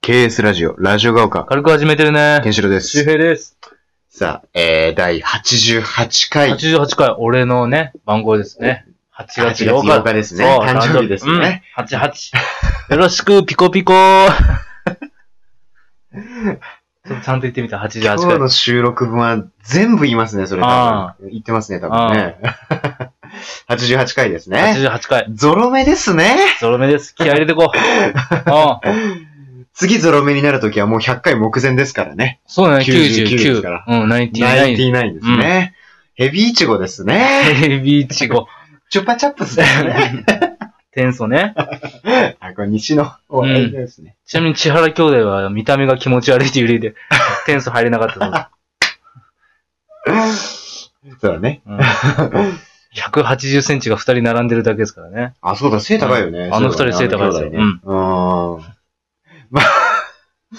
KS ラジオ、ラジオが丘、軽く始めてるね。ケンシロウで周す。平です。さあ、えー、第88回、8 88回、俺のね、番号ですね。8月月8 8日。日ですね。そう誕生日ですね。。うん88。よろしく、ピコ ピコ。ちょっとちゃんと言ってみた、今88日回。の収録分は全部言いますね、それ多あ分。言ってますね、多分ね。88回ですね。 88回。ゾロ目ですね。ゾロ目です。気合い入れて こう。うん。次ゾロ目になるときはもう100回目前ですからね。そうだね、 99ですから99。うん、99。 99ですね。ヘビイチゴですね。ヘビーチゴ。 チュパチャップスですね。天素ね。あ、これ西のお笑いですね。ちなみに千原兄弟は見た目が気持ち悪いという理由で、天素入れなかったそうですそうだね。うん180センチが2人並んでるだけですからね。あ、そうだ、背高いよね。あのそうだね二人背高いですあの兄よ弟ねうーん。まあ、 ちょ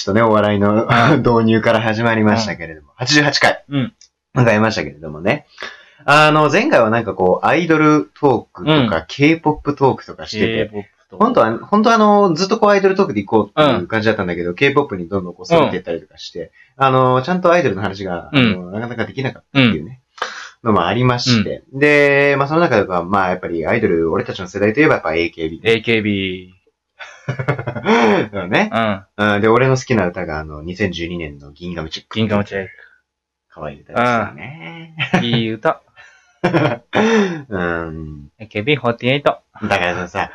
っとね、お笑いの 導入から始まりましたけれども、88回。うん。迎えましたけれどもね。あの、前回はなんかこう、アイドルトークとか、K-POP トークとかしてて、 K-POP と本当は、本当はあの、ずっとこうアイドルトークで行こうっていう感じだったんだけど、K-POP にどんどんこう攻めていったりとかして、あの、ちゃんとアイドルの話が、うあんのなかなかできなかったうっていん。うね、のもありまして。で、まあその中では、まあやっぱりアイドル、俺たちの世代といえばやっぱ AKB。 AKB。 だよね。うん。うんで、俺の好きな歌があの、2012年の銀河チェック。キンカムチェッ可愛い歌ですよね。ク。いい歌。 うん。 AKB48。だからさ、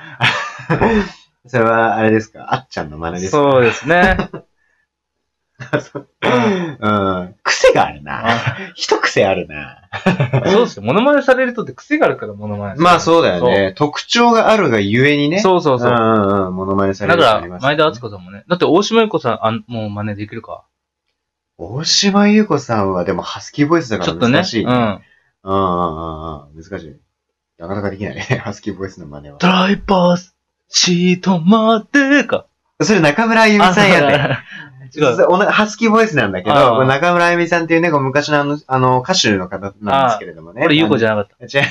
それは、あれですかあっちゃんの真似ですかそうで すね。うん。癖があるな。一癖あるな。そうですよ。モノマネされるとって癖があるから、モノマネ。まあそうだよね。特徴があるがゆえにね。そうそうそうう。んうんうん。モノマネされだるようになかりまら、すね前田敦子さんもね。だって、大島優子さん、あんもう真似できるか。大島優子さんはでもハスキーボイスだかちらょっとね。難しい。ううん。うんうん。んうん。難しい。なかなかできないね。 ハスキーボイスの真似は。ドライバーシートまでか。それ中村あゆみさんやで。違う。おなハスキーボイスなんだけど、ああこれ中村あゆみさんっていうね、こう昔のあのあの歌手の方なんですけれどもね。これ優子じゃゃなかっ違う。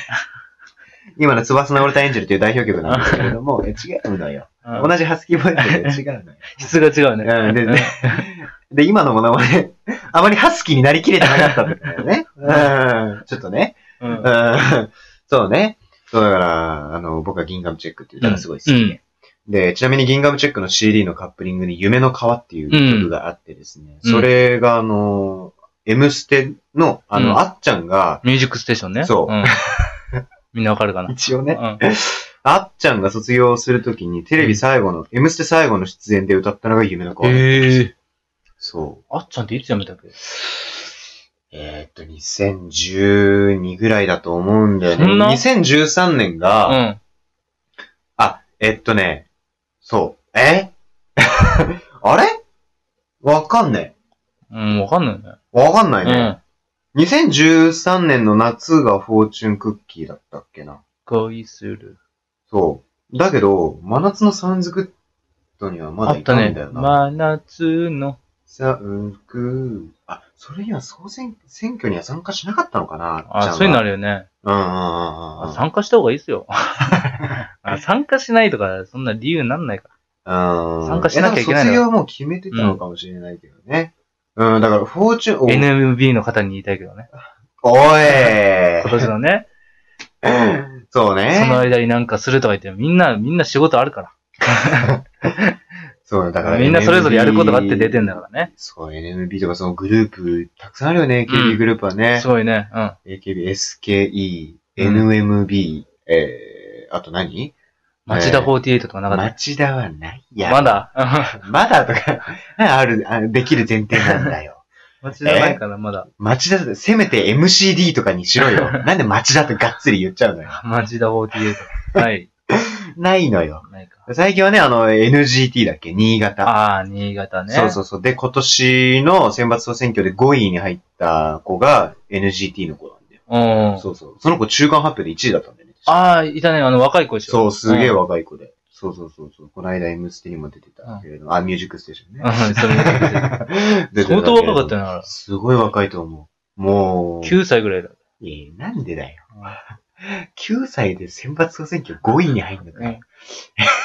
今の翼のオルタエンジェルっていう代表曲なんですけれども、え違うのよ。た。うん同じハスキーボイスで違うのよ。質が違うね。うんで、で、で今のものはね、あまりハスキーになりきれてなかったんだよね。うんちょっとね。うんうんうんそうね。そうだから、あの、僕はギンガムチェックっていう歌がすごい好きで。で、ちなみにギンガムチェックの CD のカップリングに夢の川っていう曲があってですね、うんそれがあの、M ステの、あの、うんあっちゃんが、ミュージックステーションね。そううん。 みんなわかるかな。一応うね、ん。あっちゃんが卒業するときにテレビ最後の、M ステ最後の出演で歌ったのが夢の川。ええ。そう。あっちゃんっていつ辞めたっけえーっと、2012ぐらいだと思うんだよね。そんな2013年が、うん。えっとね、そう。え あれわかんねうん、わかんないね。え。わかんないうねん。。 2013年の夏がフォーチュンクッキーだったっけな。恋する。そう。だけど、真夏のサウンズグッドにはまだあっいたたねんだよ。な。真夏の。サウンクあ、それには総選選挙には参加しなかったのかなちゃんあ、はそういうのあるよね。うんうんあうんうんうん。参加した方がいい っすよ。あ参加しないとか、そんな理由になんないか参参加しなきゃいけない卒の業はもう決めてたのかもしれないけどね。うん、だから、フォーチュン、おら。NMB の方に言いたいけどね。おい今年のね、そうそのね。間になんかするとか言って、みんな、みんな仕事あるか。そう、だからら。みんなそれぞれやることがあって出てんだから。からね。そう、NMB とかそのグループ、たくさんあるよね、う AKB んグループはねす。ごいね。うん。 AKB、SKE、うん NMB、えー、あと何町田48とかなかっ町田はないた。や。ま。だまだとか、 ある、あできる前提なんだよ。 町田ないかな、まだ。町田、せめて MCD とかにしろ よ。なんで町田ってがっつり言っちゃうのよ。町田48。はい。 ないのよ。ないか。最近はね、あの、NGT だっけ新潟。ああ、新潟ね。そうそうそう。で、今年の選抜総選挙で5位に入った子が NGT の子なんだよ。う。ん。そうそう。その子中間発表で1位だったんだよね。ああ、いたね。あの、若い子でしょ。そう、すげえわ。若い子で。そうそうそうそう。この間 M ステにも出てたけれども、あ、ミュージックステーションうん、そう見て見てね。 出て相当若かったよ。よな。すごい若いと思う。もう。 9歳ぐらいだ。えーなんでだよ。9歳で選抜総選挙5位に入るんだから。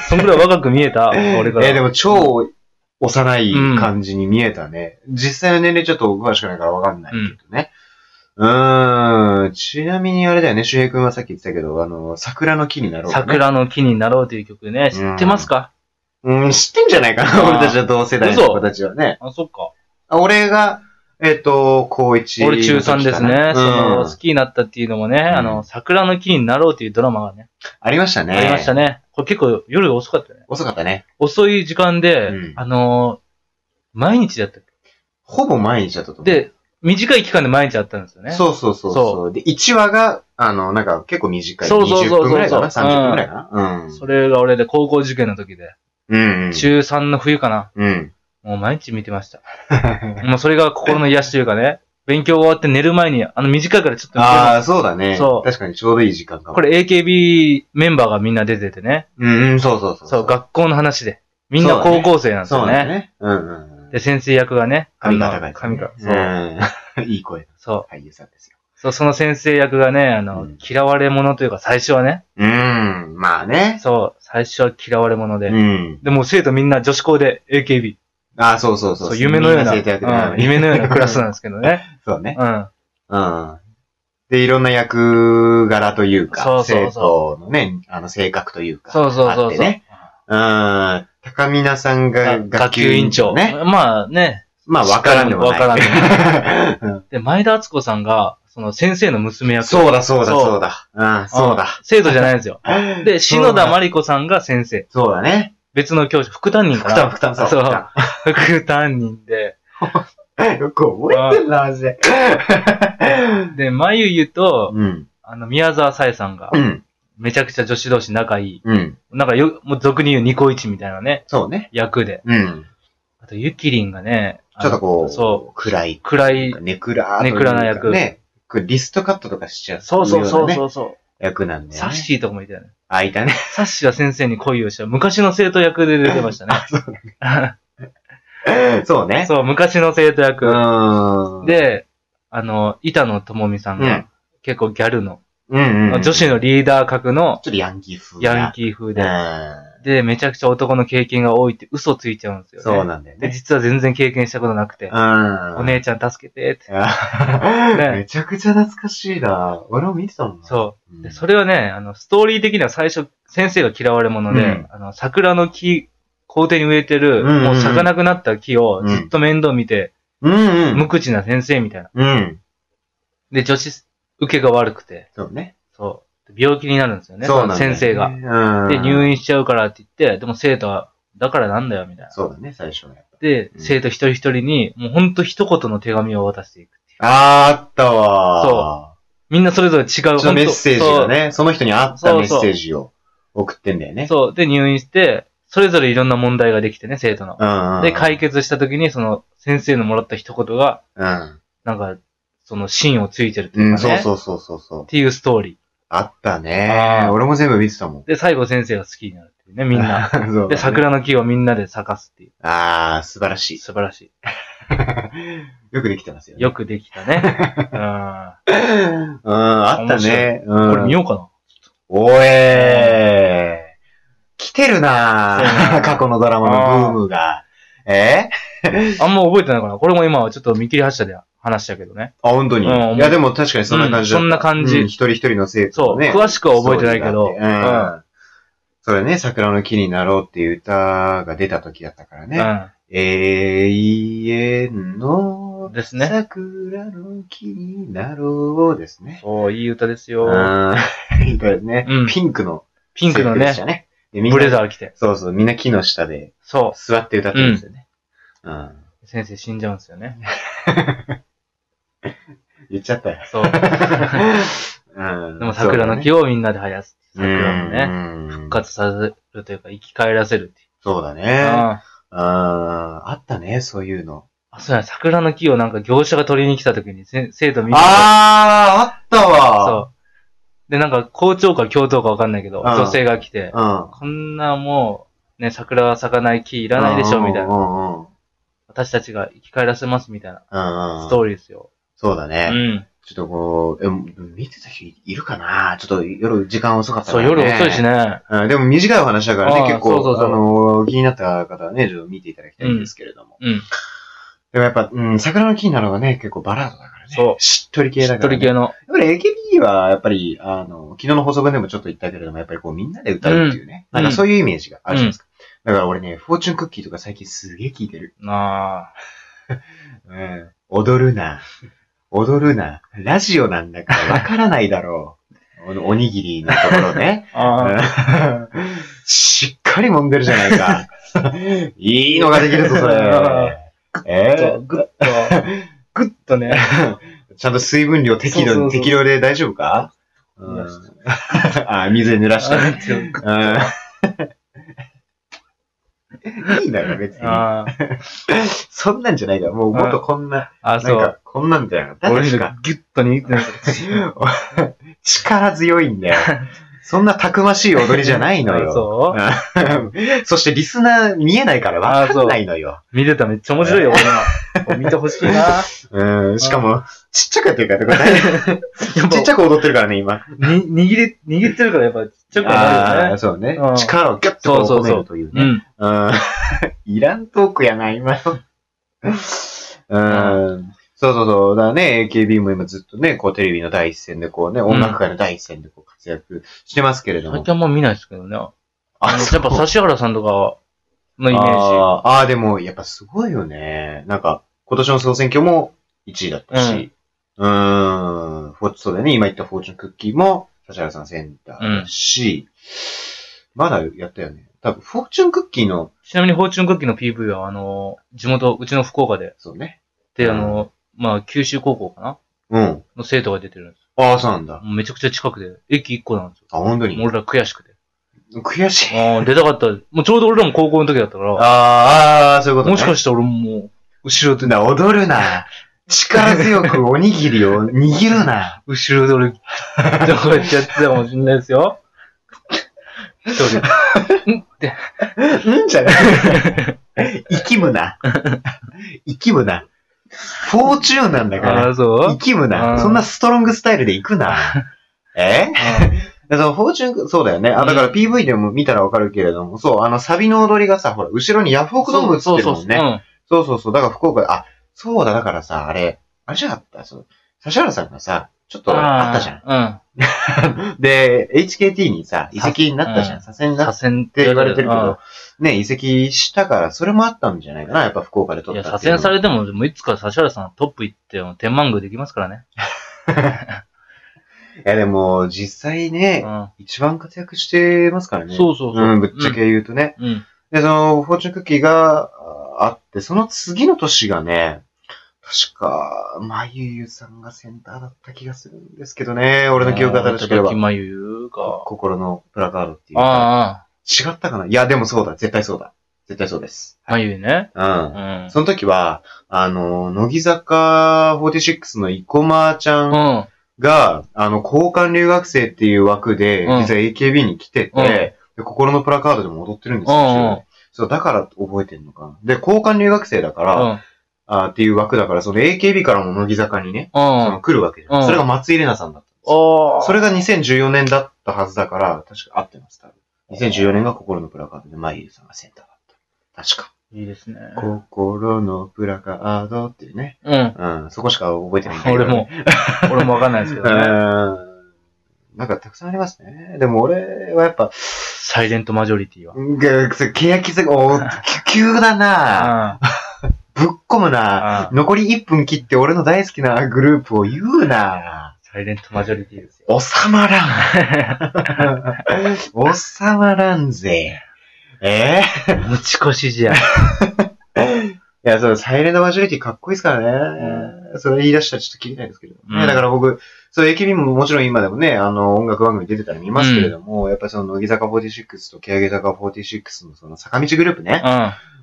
そんぐらい若く見えた、俺から。えーでも超幼い感じに見えたね。実際の年齢ちょっと詳しくないからわかんないけどね。うーん、ちなみにあれだよね、周平君はさっき言ってたけど、あの、桜の木になろう、ね。。桜の木になろうという曲ね、知ってますかうん、知ってんじゃないかな、あー俺たちは同世代の子たちはね。あ、そっか。あ俺が、えっ、と、高一の俺時か中な。 3ですね。その、好うん。きになったっていうのもね、あの、桜の木になろうというドラマがね、ありましたね。ありましたね。ね。これ結構夜遅かったね。遅かったね。遅い時間で、うんあのー毎日だったっけほぼ毎日だったと思う。で、短い期間で毎日だったんですよね。そうそうそうそう。で、1話が、あの、なんか結構短い。そうそうそうそう20分ぐらいかな ?30 うん分ぐらいかなうん。それが俺で高校受験の時で、うん。中3の冬かな。 うん。もう毎日見てました。もうそれが心の癒しというかね、勉強終わって寝る前に、あの短いからちょっと見てあまあ、そうだね。そう確かにちょうどいい時間かすも。これ AKB メンバーがみんな出ててね、うん、うん、そうそうそう。そう、学校の話で。みんな高校生なんですそうよなね。んだね。うんうんうん。で、先生役がね、髪型がいい。髪が、そう、そう。 いい声そう。の俳優さんですよ。そう、その先生役がね、あの、うん嫌われ者というか最初はね、うん、まあね。そう、最初は嫌われ者で。うん。でもう生徒みんな女子校で AKB。ああ、そうそうそ、そうう。夢のような、みん生徒役だうん夢のようなクラスだ。なんですけどね。そうね。うん。うん。で、いろんな役柄というか、そうそうそ生徒のね、あの、性格というか。そうそうあそっうてそう。ねうん。高見なさんがが学級委員長。ね。まあね。まあ、わからんでもない。わからんでも んで、前田敦子さんが、その先生の娘役。そうだ、そうだ、そうだ。うん、そうだ。ん。生徒じゃないんですよ。で、篠田ま真理子さんが先生。そうだね。別の教師、副担任副か担、な。副担、そう。そう副担副担任で。よく覚えてんな、マジで。で、まゆゆと、うん。あの、宮沢さえさんがう、ん。めちゃくちゃ女子同士仲いい。うん。なんかよ、もう俗に言うニコイチみたいなね、そうね。役で。うん。あと、ゆきりんがね、あちょっのとこう、そう。暗い。暗い、ネクラーというかネクラな役ね。これリストカットとかしちゃう。そうそうそううそね。うそう。役なんだよね。サッシーとかもいたよね。あ、いたね。 サッシーは先生に恋をした。昔の生徒役で出てまし たね。そうね。そう、昔の生徒役。うん。、で、あの、板野智美さんうんが、結構ギャルの、うんうん。女子のリーダー格のちょっとヤンキー風な。ヤンキー風で、うで、めちゃくちゃ男の経験が多いって嘘ついちゃうんですよん。ね。そうなんだよで、ね。実は全然経験したことなくてう、ん。お姉ちゃん助けてって。あねめちゃくちゃ懐かしいな。俺も見てたもんな。そうう。ん。で、それはね、あの、ストーリー的には最初、先生が嫌われ者で、うんあの、桜の木、校庭に植えてる、うんうんうんもう咲かなくなった木をずっと面倒見て、うんうん。無口な先生みたいな。うん。で、女子受けが悪くて、そうね。そう。病気になるんですよね、そうなんだそよのね先生が。。うん。で、入院しちゃうからって言って、でも生徒は、だからなんだよ、みたいな。そうだね、最初のやつ。で、うん生徒一人一人に、もうほんと一言の手紙を渡していくっていう。あーあったわみんなそれぞれ違う、ー。そほのんとメッセージをね、その人に合ったメッセージを送ってんだよそう。ね。そう。で、入院して、それぞれいろんな問題ができてね、生徒の。うんうん。で、解決した時に、その、先生のもらった一言が、うん。、なんか、その、芯をついてるといううんかね。そうう。そうそうそうそうっ。ていうストーリあったあねー。俺も全部見てたもんー。。で、最後先生が好きになるっていうね、みんな。 そうだねで、。桜の木をみんなで咲かすっていう。ああ、素晴らしい。 素晴らしよくできてますよい。ね。よくでき たね。う。うん、あったね。うんん。これ見ようかおえー。来てるそうなねぁ。 過去のドラマのブームが。えーな。あんま覚えてないかな。これも今はちょっと見切り発車で話したけどね。あ、本当に。うんいや、でも確かにそんな感じだった。うんそんな感じう一人一人の生徒そのう。ね。詳しくは覚えてないけど。ストーリーがあってうん。それね、桜の木になろうっていう歌が出た時だったからうん。うね。ん。永遠のですね桜の木になろうですね。そう、いい歌ですうよ。ん。み たいなねうん。ピンクのピンクの制服でねし、たね。ブブレザー着て。そうそう、みんな木の下でそ座って歌ってるんですよね。うん。う。先生死んじゃうんです よね。言っちゃったよ。そう。うん。でも桜の木をみんなで生やす。桜のね、ね、復復。活させるというか、生き返らせるっていそうだう。ね。あうん。あったね、そういうの。あ、そうや、桜の木をなんか業者が取りに来た時に、せ生徒みんなで。あー、あったわ。そう。で、なんか校長か教頭かわかんないけど、ん女性が来て、うん。こんなもう、ね、桜は咲かない木いらないでしょ、みたいうな。んうんうん。私たちが生き返らせます、みたいなうんうんストーリーですよ。そうだうね。ん。ちょっとこう、え見てた人いるかなちょっと夜時間遅かったかそう、ら、ね。夜遅いしね。うん。でも短いお話だからね、ああ結構、そうそうそうあのー気になった方はね、ちょっと見ていただきたいんですけれども。うん。でもやっぱ、うん、桜の木になるのがね、結構バラードだからね。そうしっとり系しだっかとら、りね。系の。やっぱり AKB は、やっぱり、あの、昨日の放送分でもちょっと言ったけれども、やっぱりこうみんなで歌うっていうね。うんなんかそういうイメージがあるじゃないですか。だから俺ね、フォーチュンクッキーとか最近すげえ聞いてる。あうん。踊るな。踊るな。ラジオなんだからわからないだろう。 おおにぎりのところね。あ。ああ。しっかり揉んでるじゃない か。いいのができるぞ、それ。えそうグッと、グッとね。ー、ちゃんと水分量適そうそうそ量う適量で大丈夫かうん濡らしあ、水で濡らしたね。 あうんいいんだから別に。あ。そんなんじゃないから、もうもっとこんな、あ、なそんう。かこんなんじゃなかった俺確がか。ギュッと握ってなんか力強いんだよ。そんなたくましい踊りじゃ ないの あよ。そううん そしてリスナー見えないからわかんないのよ。見てためっちゃ面白いよ、俺 の。見てほしいな。やうん、しかも、ちっちゃくやってるからとかね、っちっちぱ、ゃく踊ってるからね、今。に握れ、握ってるからやっぱちっちゃくなるあよあ、ね。そうねう。ん力をギュッとこうそ込うそうめそうるといううね。ん。うん。いらん トークやな、今の。うん。そうそうそう。だからね、AKB も今ずっとね、こうテレビの第一線でこうね、音楽界の第一線でこう活躍してますけれど最も。近あんま見ないですけどね。ああの、そうやっぱ指原さんとかのイメーあーあー、でもやっぱすごいよね。なんか、今年の総選挙も1位だったし、うーん、フォーチそうだよね、今言ったフォーチュンクッキーも、指原さんセンターだし、まだやったよね。多分、フォーチュンクッキーの、ジ。ちなみに、フォーチュンクッキーの PV は、あの、地元、うちの福岡で、そうね。で、あの、まあ、九州高校かなうん。の生徒が出てるんですああ、そうなんだ。もうめちゃくちゃ近くで、駅1個なんですよ。あ、本当に。俺ら悔しくて。悔しい。ああ、出たかった。もうちょうど俺らも高校の時だったから、あーあー、そういうことね。もしかししたら俺も、後ろで、な、踊るな。力強くおにぎりを握るな。後ろで俺、こうやってやってたかもしれないですよ。一人。うんじゃない。息むな。息むな。フォーチューンなんだかあら。あ、そう息むうな。んそんなストロングスタイルで行くな。えそのフォーチューン、そうだよね。あ、だから PV でも見たらわかるけれども、そう、あのサビの踊りがさ、ほら、後ろにヤフオク動物ってるもんね。ね。そうそうそう。だから福岡、あ、そうだ、だからさ、あれ、あれじゃなかった、そう。指原さんがさ、ちょっとあったじゃん。ゃで、HKT にさ、移籍になったじゃん。左遷にうん。な左ったっ遷って言われてるけうんど、ね、移籍したから、それもあったんじゃないかな、やっぱ福岡でい取や、った左遷されれても、もういつか指原さんトップ行って、天満宮できますからね。いや、でも、実際ね、う一番活躍してますからん。ね。うそうそうそう。ん、ぶっちゃけ言うとね。うん。うん。で、その、フォーチュンクッキーがああって、その次の年がね、確か、まゆゆさんがセンターだった気がするんですけどね、俺の記憶が正しければ。今言うか。心のプラカードっていうか。あ違ったかないや、でもそうだ。絶対そうだ。絶対そうです。あ、まゆね。う。うんん。その時は、あの、乃木坂46の生駒ちゃうんん。が、あの、交換留学生っていう枠で、うん実は AKB に来てて、うんで心のプラカードでも踊ってるんですよ。うん後ろでそう、だから覚えてんのかな。で、交換留学生だから、うん。あーっていう枠だから、その AKB からも乃木坂にね、うそんの。来るわけじゃん。うんそれが松井玲奈さんだったんですよおそれが2014年だったはずだから、確か合ってます、多分。2014年が心のプラカードで、まゆゆさんがセンターだった。確か。いいですね。心のプラカードっていうね。うん。うん、そこしか覚えてないんだけど、俺も、俺もわかんないですけうどね。ん。なんかたくさんありますね。でも俺はやっぱ、サイレントマジョリティは。うんぐくそ欅坂、おー、急だなあぶっ込むなあ。残り1分切って俺の大好きなグループを言う なサイレントマジョリティですよ。収まらん収まらんぜ。え持ち越しじゃん。えいや、そのサイレントマジョリティかっこいいですからね。それ言い出したらちょっと切りないですけど。ねうんだから僕、そう、AKB ももちろん今でもね、あの、音楽番組出てたら見ますけれども、やっぱその、乃木坂46と欅坂46のその、坂道グループね、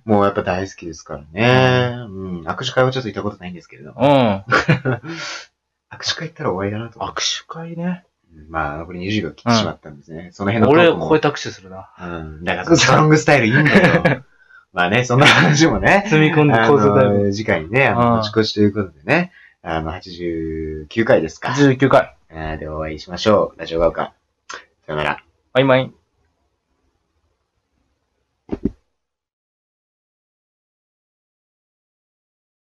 うもうやっぱ大好きですからね。うん、握手会はちょっと行ったことないんですけれども。ん。う握ん。手会行ったら終わりだなと思う。握手会ね。うんまあ、残り20秒切ってしまったんですね。その辺のトーク俺、こもこで握手するな。うんだから、ストロングスタイルいいんだよ。 まあね、そんな話もね。積み込んであ構造だよ。の次回ね、あのうん持ち越しということでね。あの、89回ですか。 89回。えーでお会いしましょう。ラジオが丘。さよなら。バイバイ。